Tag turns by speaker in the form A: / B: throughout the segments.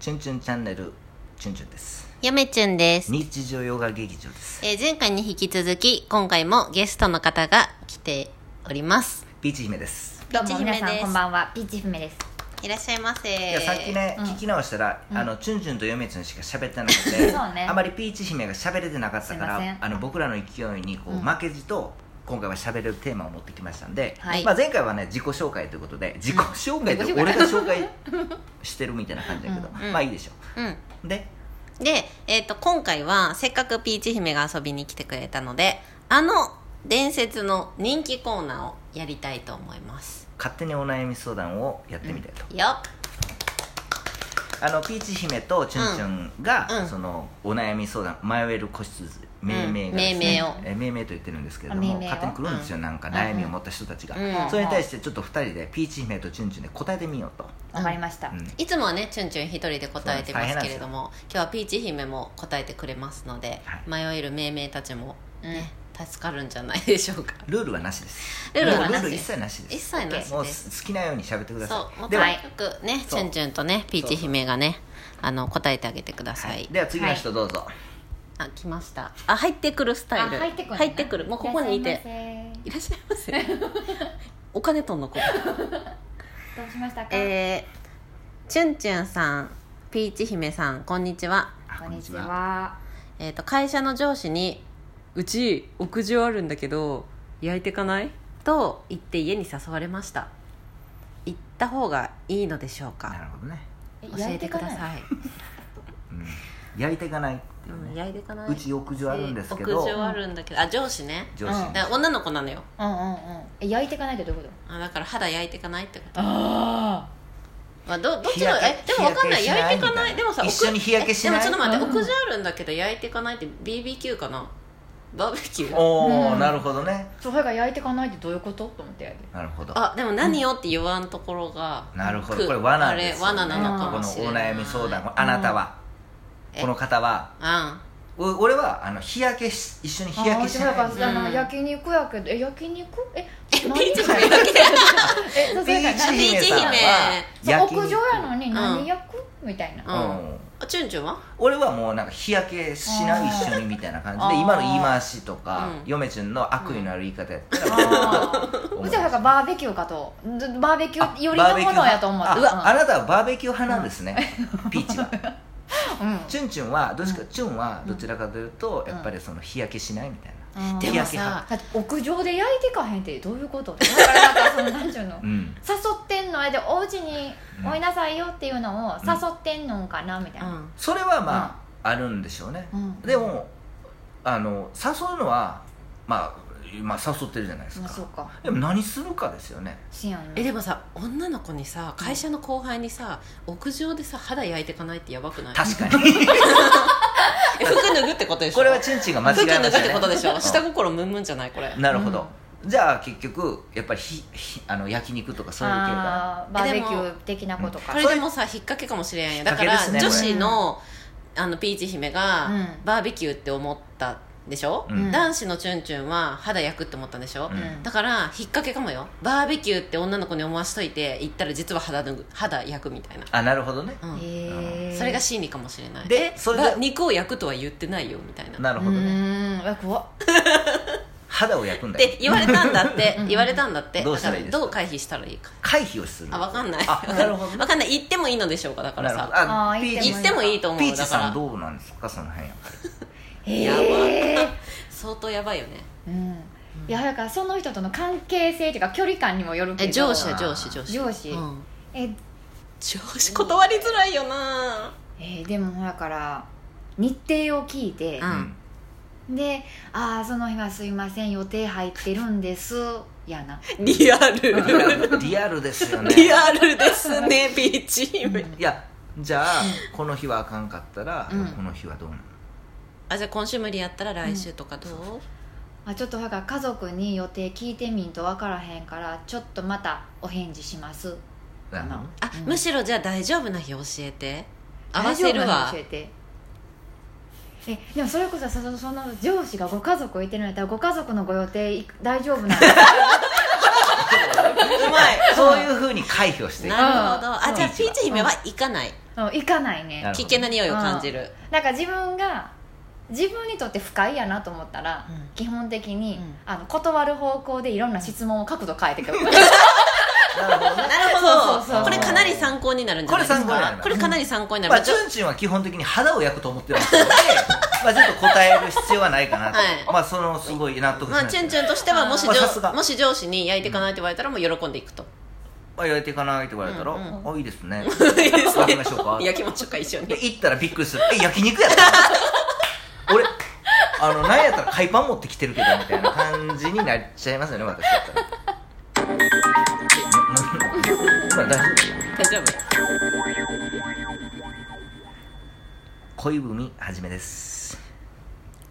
A: チュンチュンチャンネルチュンチュンです
B: やめちゅんです。
A: 日常ヨガ劇場です
B: えー前回に引き続き、今回もゲストの方が来ております。
A: ピーチ姫です
C: どう
B: ピーチ
C: も
B: 姫
C: 皆さん
B: です
C: こんばんはピーチ姫です
B: いらっしゃいませ。
A: いやさっきね、
C: うん
A: 聞き直したら、あのチュンチュンとヨメチュンしか喋ってなくて、
C: そうね
A: あまりピーチ姫が喋れてなかったか
C: すいま
A: ら
C: せん
A: あの僕らの勢いにこう、
C: うん
A: 負けじと今回は喋れるテーマを持ってきましたんで、
B: はい
A: まあ、前回はね自己紹介ということで自己紹介って
C: 自己紹介
A: 俺が紹介してるみたいな感じだけど、
B: んうん
A: まあいいでしょ
B: うん。
A: うで
B: で、えっ、と、今回は、せっかくピーチ姫が遊びに来てくれたので、あの伝説の人気コーナーをやりたいと思います。
A: 勝手にお悩み相談をやってみたいと、
B: よ
A: あのピーチ姫とチュンチュンが、
B: うん
A: そのお悩み相談迷える個室命名がです
B: う
A: ね
B: ん命名を
A: えー命名と言ってるんですけれど
C: あ命
A: も
C: 名を
A: 勝手に来るんですよ、なんか悩みを持った人たちが、
B: うん
A: それに対してちょっと2人でピーチ姫とチュンチュンで答えてみようと、
C: わかりました、
A: うん
B: いつもはね、チュンチュン一人で答えてますけれども、今日はピーチ姫も答えてくれますので、迷える命名たちも、ね、助かるんじゃないでしょうか。
A: ルールはなしです
B: ルールはなし
A: も
B: で
A: う
B: す
A: ルール一切なしです
B: 一切なしです
A: もう好きなように喋ってくださ
B: そ、
A: いう
B: もう
A: で
B: と
A: は、
B: にかくね、チ
A: そう
B: ュンチュンとね、ピーチ姫がね、あの、答えてあげてください。
A: では次の人どうぞ、
B: あ、来ました。あ、入ってくるスタイル。
C: あ入ってくるね
B: 入ってくる。もうここにいて。いらっしゃいませ。 お金とんのここ。
C: どうしましたか、
B: えー、チュンチュンさん、ピーチ姫さん、こんにちは。
A: あ
C: こんにちは
B: えっ、と、会社の上司に、うち、屋上あるんだけど、焼いてかないと言って家に誘われました。行った方がいいのでしょう
A: な
B: か
A: るほどね、
C: え
B: 教えてくだ
C: 焼い
B: さい。
A: うん、焼いていかないっていう
B: う
A: ね
B: ん、焼いてかない。
A: うち屋上あるんですけど
B: 屋上あるんだけどあ上司ね
A: 上司
C: う
A: に
C: ん
B: だから女の子なのよ
C: てかないうんうんうんえ焼いていかないってどういうこと
B: あだから肌焼いていかないってこと、
C: あ
B: まあ、どどっ
A: 日
B: ちの
A: 焼け
B: えでも分かんない
A: 日
B: 焼い
A: 焼
B: て
A: け
B: いかない
A: しないみたいな
B: でもさ
A: 一緒に日焼けしない
B: えでもちょっと待って、
C: うん
B: 屋上あるんだけど焼いていかないって BBQ かなバーベキュー
A: おお、
C: うん
A: なるほどね
C: あそれが焼いていかないってどういうことと思って
A: なるほど
B: あでも何よって言わんところが、
A: なるほど
B: く
A: これ罠です、ね、
B: あれ罠なの
C: か
B: もしれな
A: このお悩
B: い
A: み相談あなたは、
B: え
A: この方は
B: あ
A: お俺はあの日焼けし一緒に日焼けしない
C: あ私もなんか
B: うん
C: 焼肉やけどえ焼肉え
B: え
C: 何
B: ピーチ姫
C: え
B: 焼け
C: そうそ
A: ビ
C: れが
A: ーチ姫さんは
C: そう
A: 焼き
C: 屋上やのに
B: うん
C: 何焼く、みたいな、
B: う
A: うん
B: あチュンチュンは
A: 俺はもうなんか日焼けしない
C: あー
A: 一緒にみたいな感じで
C: あー
A: 今の言い回しとか
B: うん
A: 嫁ちゃんの悪意のある言い方やったら
C: あ
A: 思
C: ー
A: いうます
C: ちはなんかバーベキューかとずバーベキューより
A: バー
C: の
A: ベキュ
C: も
A: ー
C: のやと思った
A: ああなたはバーベキュー派なんですねピーチは
C: うん、うん
A: チュンチュンはどっちかチュンはどちらかというとやっぱりその日焼けしないみたいな
C: うん
B: で
A: 日
B: も
A: 焼け
B: さ
A: 派
C: だって屋上で焼いてかへんってどういうことだからなんかその何ていうの
A: うん
C: 誘ってんのあれでお家においなさいよっていうのを誘ってんのかなみたいうな、
B: ん
A: それはまあ、あるんでしょうね、
C: うん
A: でもあの誘うのは、まあ、まあ誘ってるじゃないです
C: まあ
A: か
C: そうか
A: でも何するかですよね
C: しやん
B: えでもさ女の子にさ会社の後輩にさ屋上でさ肌焼いていかないってやばくない
A: 確か に
B: え服脱ぐってことでしょ
A: これはチンチンが間違
B: 服脱
A: え
B: ぐ
A: まし
B: っ
A: たね
B: てことでし
A: う
B: ょ
A: ん
B: 下心ムンムンじゃないこれ
A: なるほど、じゃあ結局やっぱりひひあの焼肉とかそういう系が
C: あーバーベキュー的なことか
B: これでもさ引っ掛けかもしれんやんだか
A: 引っ
B: ら
A: 掛け
B: 女
A: です
C: ね
B: 子のあのピーチ姫が
C: うん
B: バーベキューって思ったでしょ
A: うん
B: 男子のチュンチュンは肌焼くって思ったんでしょ
A: うん
B: だから引っ掛けかもよバーベキューって女の子に思わしといて行ったら実は肌脱ぐ肌焼くみたいな
A: あなるほどね、
B: うん
C: え
B: それが真理かもしれない
A: でそれで
B: ば肉を焼くとは言ってないよみたいな
A: なるほど
C: う
A: ね
C: んえ怖っ
A: 肌を焼くん
B: っ
A: だよ
B: て言われたんだって
C: うん
B: 言われたんだって
A: どうしたらいいですか
B: だからどう回避したらいいか
A: 回避をする
B: あわかんない
A: あなるほ どね
B: わかんない言ってもいいのでしょうかだから
A: なるほど
B: さ
A: あ
C: あー
A: ピーチ
B: 言ってもいいと思う
A: ピーチ
B: だか
A: さ
B: ら
A: んどうなんですかその辺やっぱり
C: え
B: やば
C: え
B: 相当やばいよね
C: うんいやだからその人との関係性というか距離感にもよるけ
B: え
C: ど
B: 上司だ上司上司
C: 上司
B: うん
C: え
B: 上司断りづらいよな
C: えーでもほらから日程を聞いて、
B: うん
C: で「ああその日はすいません予定入ってるんです」や な
B: リアル
A: リアルリアルですよね
B: リアルです ねピーチーム
A: いやじゃあこの日はあかんかったら、
C: うん
A: この日はどうなの
B: あじゃあ今週無理やったら来週とかどう
C: あちょっとだから家族に予定聞いてみんと分からへんからちょっとまたお返事します
A: なるほど
C: うん
B: あむしろじゃあ大丈夫な日教えて合わ
C: 大
B: せ
C: 丈夫
B: る
C: な
B: わ
C: の教えてえでもそれこそそのその上司がご家族いてるんやったらご家族のご予定い大丈夫なんで すか
B: うまい
A: そういうふうに回避をしていく
B: なるほど
C: うん
B: あじゃあ
A: うん
B: ピーチ姫は行かない
C: うん行かない
A: な
C: ね
A: るほ
B: 危
A: ど
B: 険な匂いを感じる
C: なんか自分が自分にとって不快やなと思ったら、
B: うん
C: 基本的に、
B: うん
C: あの断る方向でいろんな質問を角度変えて くる
A: なるほどね
B: なるほ
C: そうそうそう
B: どこれかなり参考になるんじゃないです
A: これ参考にな
B: か
A: る
B: これかなり参考になる
A: まあ、
B: ち
A: チ
B: ょ
A: ュンチュンは基本的に肌を焼くと思ってます ので、まあ、ちょっと答える必要はないかなと、
B: はい
A: まあ、そのすごい納得し
B: ま
A: な
B: あ
A: い
B: チュンチュンとしてはもし
A: まあさす
B: 上
A: が
B: もし上司に焼いていかないって言われたらもう喜んでいくと
A: まあ、焼いていかないって言われたら、
B: うん
A: あいいですね
B: いいですね
A: 焼きましょうか
B: 焼きましょうか一緒に
A: で行ったらびっくりする「え焼肉やった 俺あのなんやったら海パン持ってきてるけど」みたいな感じになっちゃいますよね私だ ったら。なな今大丈夫
B: 大丈夫
A: 恋文はじめです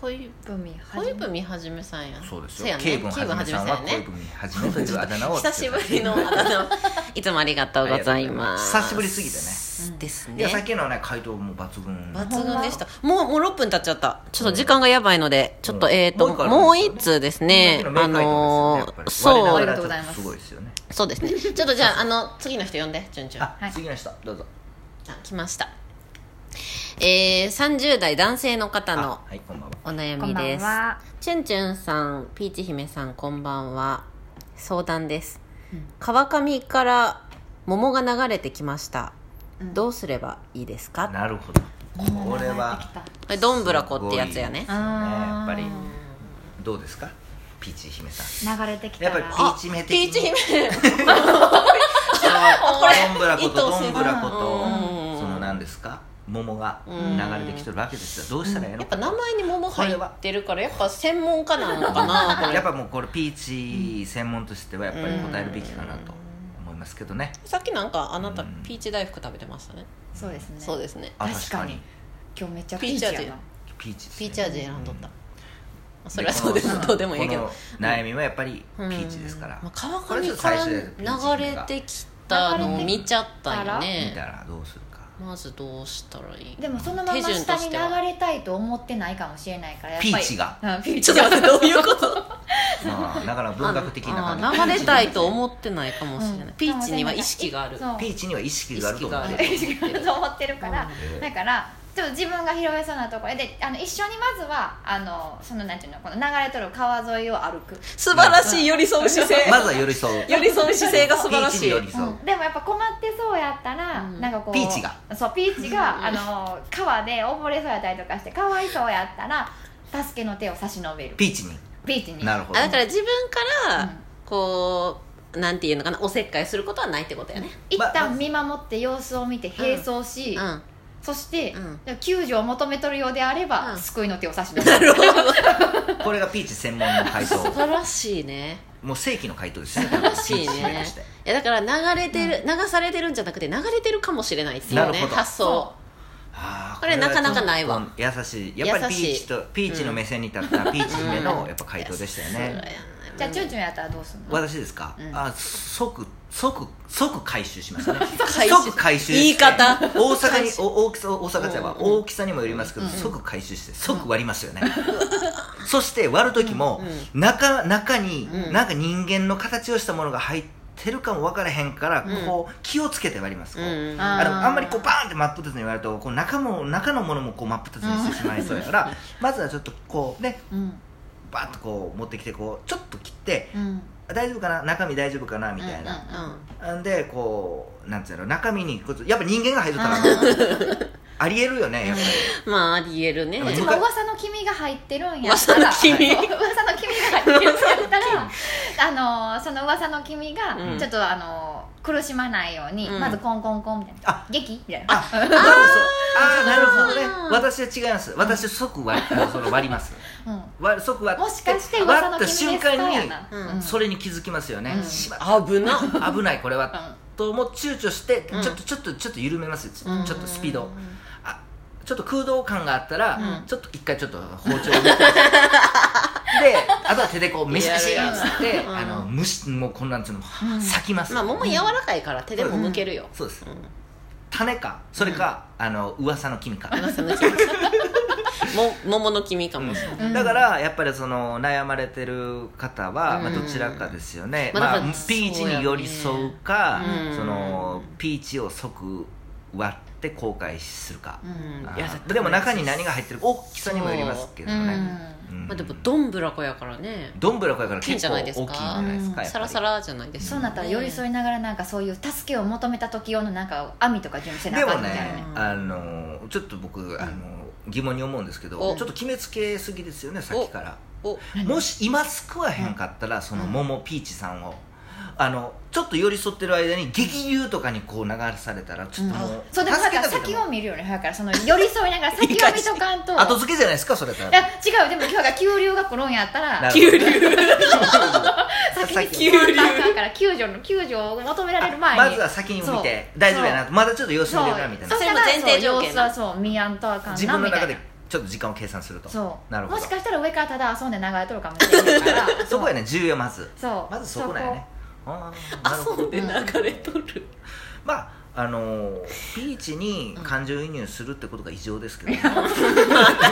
B: 恋
C: 文はじ
B: 恋
C: め
B: 文はじめさんや
A: そうです
B: せや
A: よ
B: ね
A: 慶文はじめさんは
B: 慶
A: 恋
B: 文
A: 文はじめというあだ名をつけ
B: 久
A: て
B: しぶりのあだ名 いつもありがとうございます
A: ありがとうございます久しぶりす
B: ぎてねです
A: いやさっ
B: ね
A: きのね回答も抜群
B: 抜群でしたもうもう6分経っちゃったちょっと時間がやばいのでちょっと、
A: うん
B: えっ、と
A: もう一個あるんですよね
B: もう一通ですね
A: さっき
B: あ
A: 名回答
B: のー
A: ですよねやっぱり我
B: そ
A: な
B: う
A: がら
C: ありがとうございま
A: ち
C: す
A: ょっすごいですよね
B: そうですねちょっとじゃああの次の人呼んでチュンチュン
A: あ、
C: はい
A: 次の人どうぞ
B: あ来ましたえー、30代男性の方の
A: はいこんばんは
B: お悩
C: こん
B: み
C: ば
B: で
C: ん
B: す
C: は
B: チュンチュンさんピーチ姫さんこんばんは相談です、川上から桃が流れてきました、
C: うん
B: どうすればいいですか
A: なるほどこれは
B: これどんぶらこってやつやね
A: すごいですよやっぱり
C: うん
A: どうですかピーチ姫さん
C: 流れてきた
A: やっ
C: ら
A: ぱりピーチ姫的に
B: ピーチ姫
A: あ
B: これ
A: どんぶらこと
B: 意図せず
A: どんぶらこと
B: うん
A: その何ですか桃が流れてきてるわけですよどうしたらいい
B: や
A: の
B: っぱ
A: か
B: 名前に桃入ってるからやっぱ専門家なのかなこ
A: や
B: れ
A: っぱもうこれピーチ専門としてはやっぱり答えるべきかなと思いますけどね
B: さっきなんかあなた
A: うん
B: ピーチ大福食べてましたね
C: そうですね
B: そうですね
A: あ
C: 確かに今日めっちゃピーチやな
B: ピーチ味
A: ピーチです
B: ピ
A: ね
B: ーチ味選んどった、まあそれはそうです
A: この
B: どうでもいいけど
A: この悩みはやっぱりピ
B: うん
A: ーチですから、
B: まあ、川
A: これちょ
B: 上
A: っと
B: か
A: 最
B: ら
A: 初
B: 流
A: で
B: れてきたのを見ちゃったよ
A: 見た
B: ね
A: らどうするか
B: まずどうしたらいい
C: でもそのまま
B: 手順と
C: 下に
B: して
C: 流
B: は
C: れたいと思ってないかもしれないからやっぱり
A: ピーチが、
C: うんピー
B: ちょ
C: チ
B: っと待ってどういうこと
A: まあ、だから文学的な感じ
B: あ流れたいと思ってないかもしれない、
C: うん
B: ピーチには意識がある
C: そう
A: ピーチには意識があると思う
B: 意識がある
C: 意識があると思ってるから、
A: うん
C: だからちょっと自分が拾えそうなところであの一緒にまずはあのそのなんていうのこの流れとる川沿いを歩く、
B: 素晴らしい寄り添う姿勢、
A: まずは寄り添う
B: 寄り添う姿勢が素晴らし
A: ピ
B: い
A: ーチに寄り添う、
C: でもやっぱ困ってそうやったら、
B: うん
C: なんかこう
A: ピーチが
C: そうピーチがあの川で溺れそうやったりとかしてかわいそうやったら助けの手を差し伸べる
A: ピーチに
C: ピーチに
A: なるほど
B: あだから自分から、
C: うん
B: こうなんていうのかなおせっかいすることはないってことやね
C: 一
A: まあ
C: 旦見守って様子を見て並走し、
B: うんな
C: そして、
B: う
C: 救助を求めとるようであれば、
B: うん
C: 救いの手を差し伸べる
B: るほど
A: これがピーチ専門の回答
B: 素晴らしいね
A: もう正規の回答ですね
B: らしいね
A: ピーチ姫として
B: いやだから流れてる、流されてるんじゃなくて流れてるかもしれないってい
A: な
B: う
A: る
B: ね
A: ほど
B: 発想
A: あー
B: これなかなかないわ
A: これはちょっと優しいやっぱりピーチとピーチの目線に立ったピーチ姫のやっぱ回答でしたよね、
C: じゃあチュンチュンやったらどうするの
A: 私ですか、
C: うん
A: あ即即即回収しま したね
B: 回収
A: 即回収して
B: 言い方
A: 大阪にお大きさ大阪じゃば
B: うんうん
A: 大きさにもよりますけど、即回収して即割りますよね、そして割る時も、
B: う
A: 中中に、
B: うん
A: なんか人間の形をしたものが入ってるかも分からへんから、こう気をつけて割ります、こう
B: うん
C: あ
A: あのあんまりこうバーンって真っ二つに割るとこう中も中のものもこう真っ二つにしてしまいそうや から、まずはちょっとこうね
C: うん
A: バーッとこう持ってきてこうちょっと切って
C: うん
A: 大丈夫かな中身大丈夫かなみたいな、
B: うん
A: んでこうなんつうの中身にこうやっぱ人間が入るとった らありえるよねやっぱり
B: まあありえるね
A: でも
C: で
A: 自
C: も噂の君が入ってるんやった
B: 噂
C: ら
B: の君
C: 噂の君が入ってるんや ったらあのーその噂の君が
B: うん
C: ちょっとあのー苦しまないように、
B: うん
C: まずコンコンコンみたいな
A: あ
C: 「劇?」みたいな
A: あなるほどそうあーなるほどね
B: あー
A: 私は違います私は即割あのその割ります
C: うん
A: 割即割って
C: もしかして
A: 割
C: 噂の
A: っ
C: 君
A: た
C: です
A: 瞬
C: か
A: 間
C: や
A: に
C: な、
B: うん
C: うん
A: それに気づきますよね、
C: うん
A: しま
B: 危な
A: 危ないこれは、
C: う
A: と思う躊躇してち
B: う
A: ょ
B: ん
A: っとちょっとちょっと緩めますち
B: うん
A: ょっとスピードあちょっと空洞感があったら、
B: うん
A: ちょっと一回ちょっと包丁を持ってで あとは手でこうメシメシっ
B: やる
A: つって、
B: うん
A: あの蒸しもうこんなんつうのも
C: うん
A: 裂きます、
B: まあ桃柔らかいから手でも剥けるよ、
A: そうです
B: うん
A: 種かそれか、あの噂の君か、
B: 噂の君 も桃の君かもしれない、
C: うん
A: だからやっぱりその悩まれてる方は、
B: うん
A: まあ、どちらかですよね、
B: まあだ
A: まあ
B: から
A: ピーチに寄り添うか
B: そうやねうん
A: そのピーチを即割って後悔するか、
B: うん
A: あ
B: いや
A: ー
B: 絶対
A: でも中に何が入ってるか大きさにもよりますけどね、うん
B: まあでもどんぶらこやからね
A: どんぶらこやから結構大
B: 大
A: き
B: き
A: いん
B: いん
A: じ
B: じ
A: ゃ
B: ゃ
A: な
C: ないい
A: で
C: ですす
A: か、
C: か
A: やっぱり
B: サラサラじゃないですか
C: そうなったら寄り添いながらなんかそういう助けを求めた時用のなんか網とか準備せな
A: で
C: あか
A: も
C: んみたいな
A: ね、
B: うん
A: あのちょっと僕、あの疑問に思うんですけど
B: お
A: ちょっと決めつけすぎですよねさっきから
B: お
C: 何
A: もし今救わへんかったら、その桃ピーチさんをあのちょっと寄り添ってる間に激流とかにこう流されたらちょっともう、
B: うん
C: そうでもだから
A: 助け
C: 先
A: た
C: を見るよねだからその寄り添いながら先を見とかんと
A: 後付けじゃないですかそれだっ
C: い
A: た
C: や
A: ら
C: 違うでも今日が急流が来るんやった
A: な
C: ら
A: る
B: 急流
C: 先に
A: 先
C: 救わなあかんから救助の救助を求められる前に
A: まずは先に見て
C: そう
A: 大丈夫やな
C: そ
A: まだちょっと様子
C: そう
A: 見れるなみたいな
B: それも前提条件
C: そう様子はそう見やんとあかんなみ
A: 自
C: たい
A: 分
C: な
A: の中でちょっと時間を計算すると
C: そう
A: なるほど
C: もしかしたら上からただ遊んで流れとるかもしれないか ら
A: そこやね重要まず
C: そう
A: まずそこなんやねあーなるほ
B: 遊
A: ど
B: んで流れとる
A: まああのーピーチに感情移入するってことが異常ですけ ど、
B: まあ確か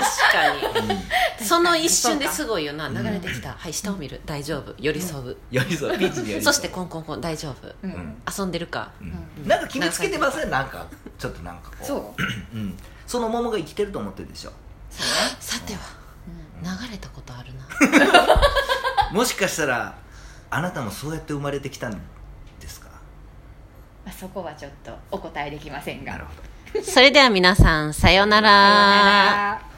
B: に
C: かに
B: その一瞬ですごいよな
A: そうか
B: 流れてきたはい下を見る大丈夫寄り添う
A: 寄り添うピーチに寄り添う
B: そしてコンコンコン大丈夫
C: うん
A: うん
B: 遊んでるか
A: うんなんか決めつけてませんなんかちょっとなんかこう
C: そう、
A: うん、その桃が生きてると思ってるでしょ
B: さては
C: うん
B: 流れたことあるな
A: もしかしたらあなたもそうやって生まれてきたんですか
C: まあ、そこはちょっとお答えできませんが
A: なるほど
B: それでは皆さんさようなら
C: さようなら